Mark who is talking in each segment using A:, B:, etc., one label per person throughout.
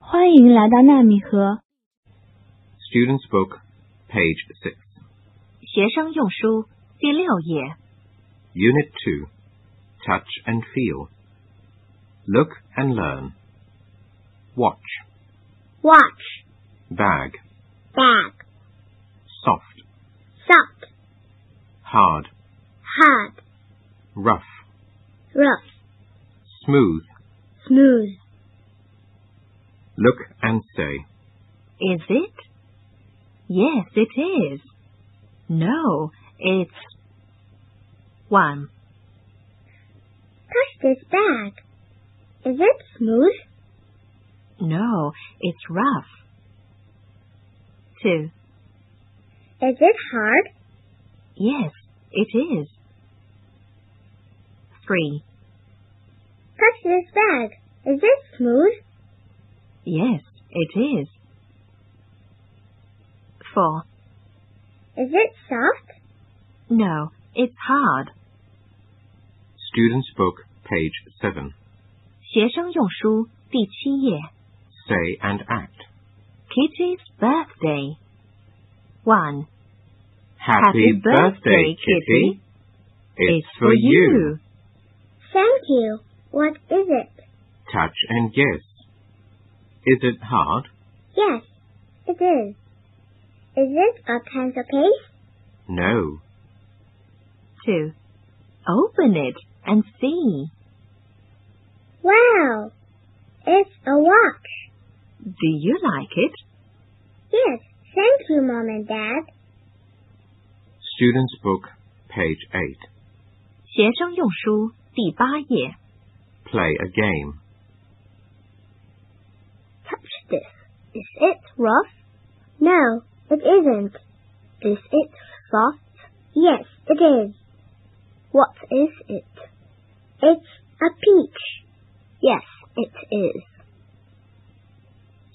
A: 欢迎来到纳米盒
B: Student's Book, page 6,
C: 学生用书第六页，
B: Unit 2, Touch and Feel. Look and Learn. Watch,
A: watch
B: bag,
A: bag
B: soft,
A: soft
B: hard,
A: hard
B: rough,
A: rough
B: smooth.
A: smooth
B: Look and say,
C: Is it? Yes, it is. No, it's. 1.
A: Touch this bag. Is it smooth?
C: No, it's rough. 2.
A: Is it hard?
C: Yes, it is. 3.
A: Touch this bag. Is it smooth?
C: Yes, it is. 4.
A: Is it soft?
C: No, it's hard.
B: Student's Book, page 7.
C: 学生用书第七页。
B: Say and act.
C: Kitty's birthday. 1.
B: Happy, birthday, Kitty. It's for you.
A: Thank you. What is it?
B: Touch and guess. Is it hard?
A: Yes, it is. Is it a pencil case?
B: No.
C: 2. Open it and see.
A: Wow! It's a watch.
C: Do you like it?
A: Yes, thank you, Mom and Dad.
B: Student's Book, page 8.
C: 学生用书第八页。
B: Play a game.
A: Touch this. Is it rough? No, it isn't. Is it soft? Yes, it is. What is it? It's a peach. Yes, it is.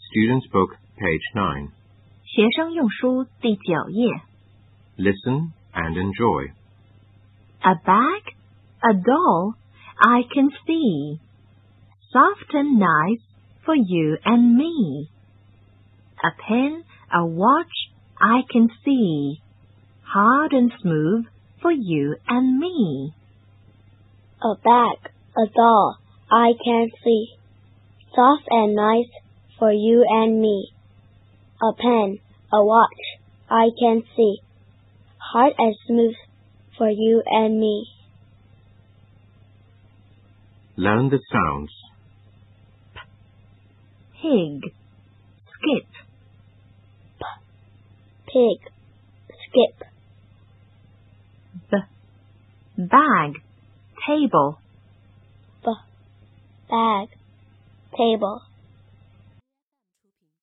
B: Student's Book, page 9.
C: 学生用书第九页。
B: Listen and enjoy.
C: A bag, a doll, I can see. Soft and nice for you and me. A pen, a watch, I can see. Hard and smooth for you and me.
A: A bag, a doll, I can see. Soft and nice for you and me. A pen, a watch, I can see. Hard and smooth for you and me.
B: Learn the sounds.
C: Pig. Skip.
A: Pig, skip.
C: Bag. Table.
A: Bag, table.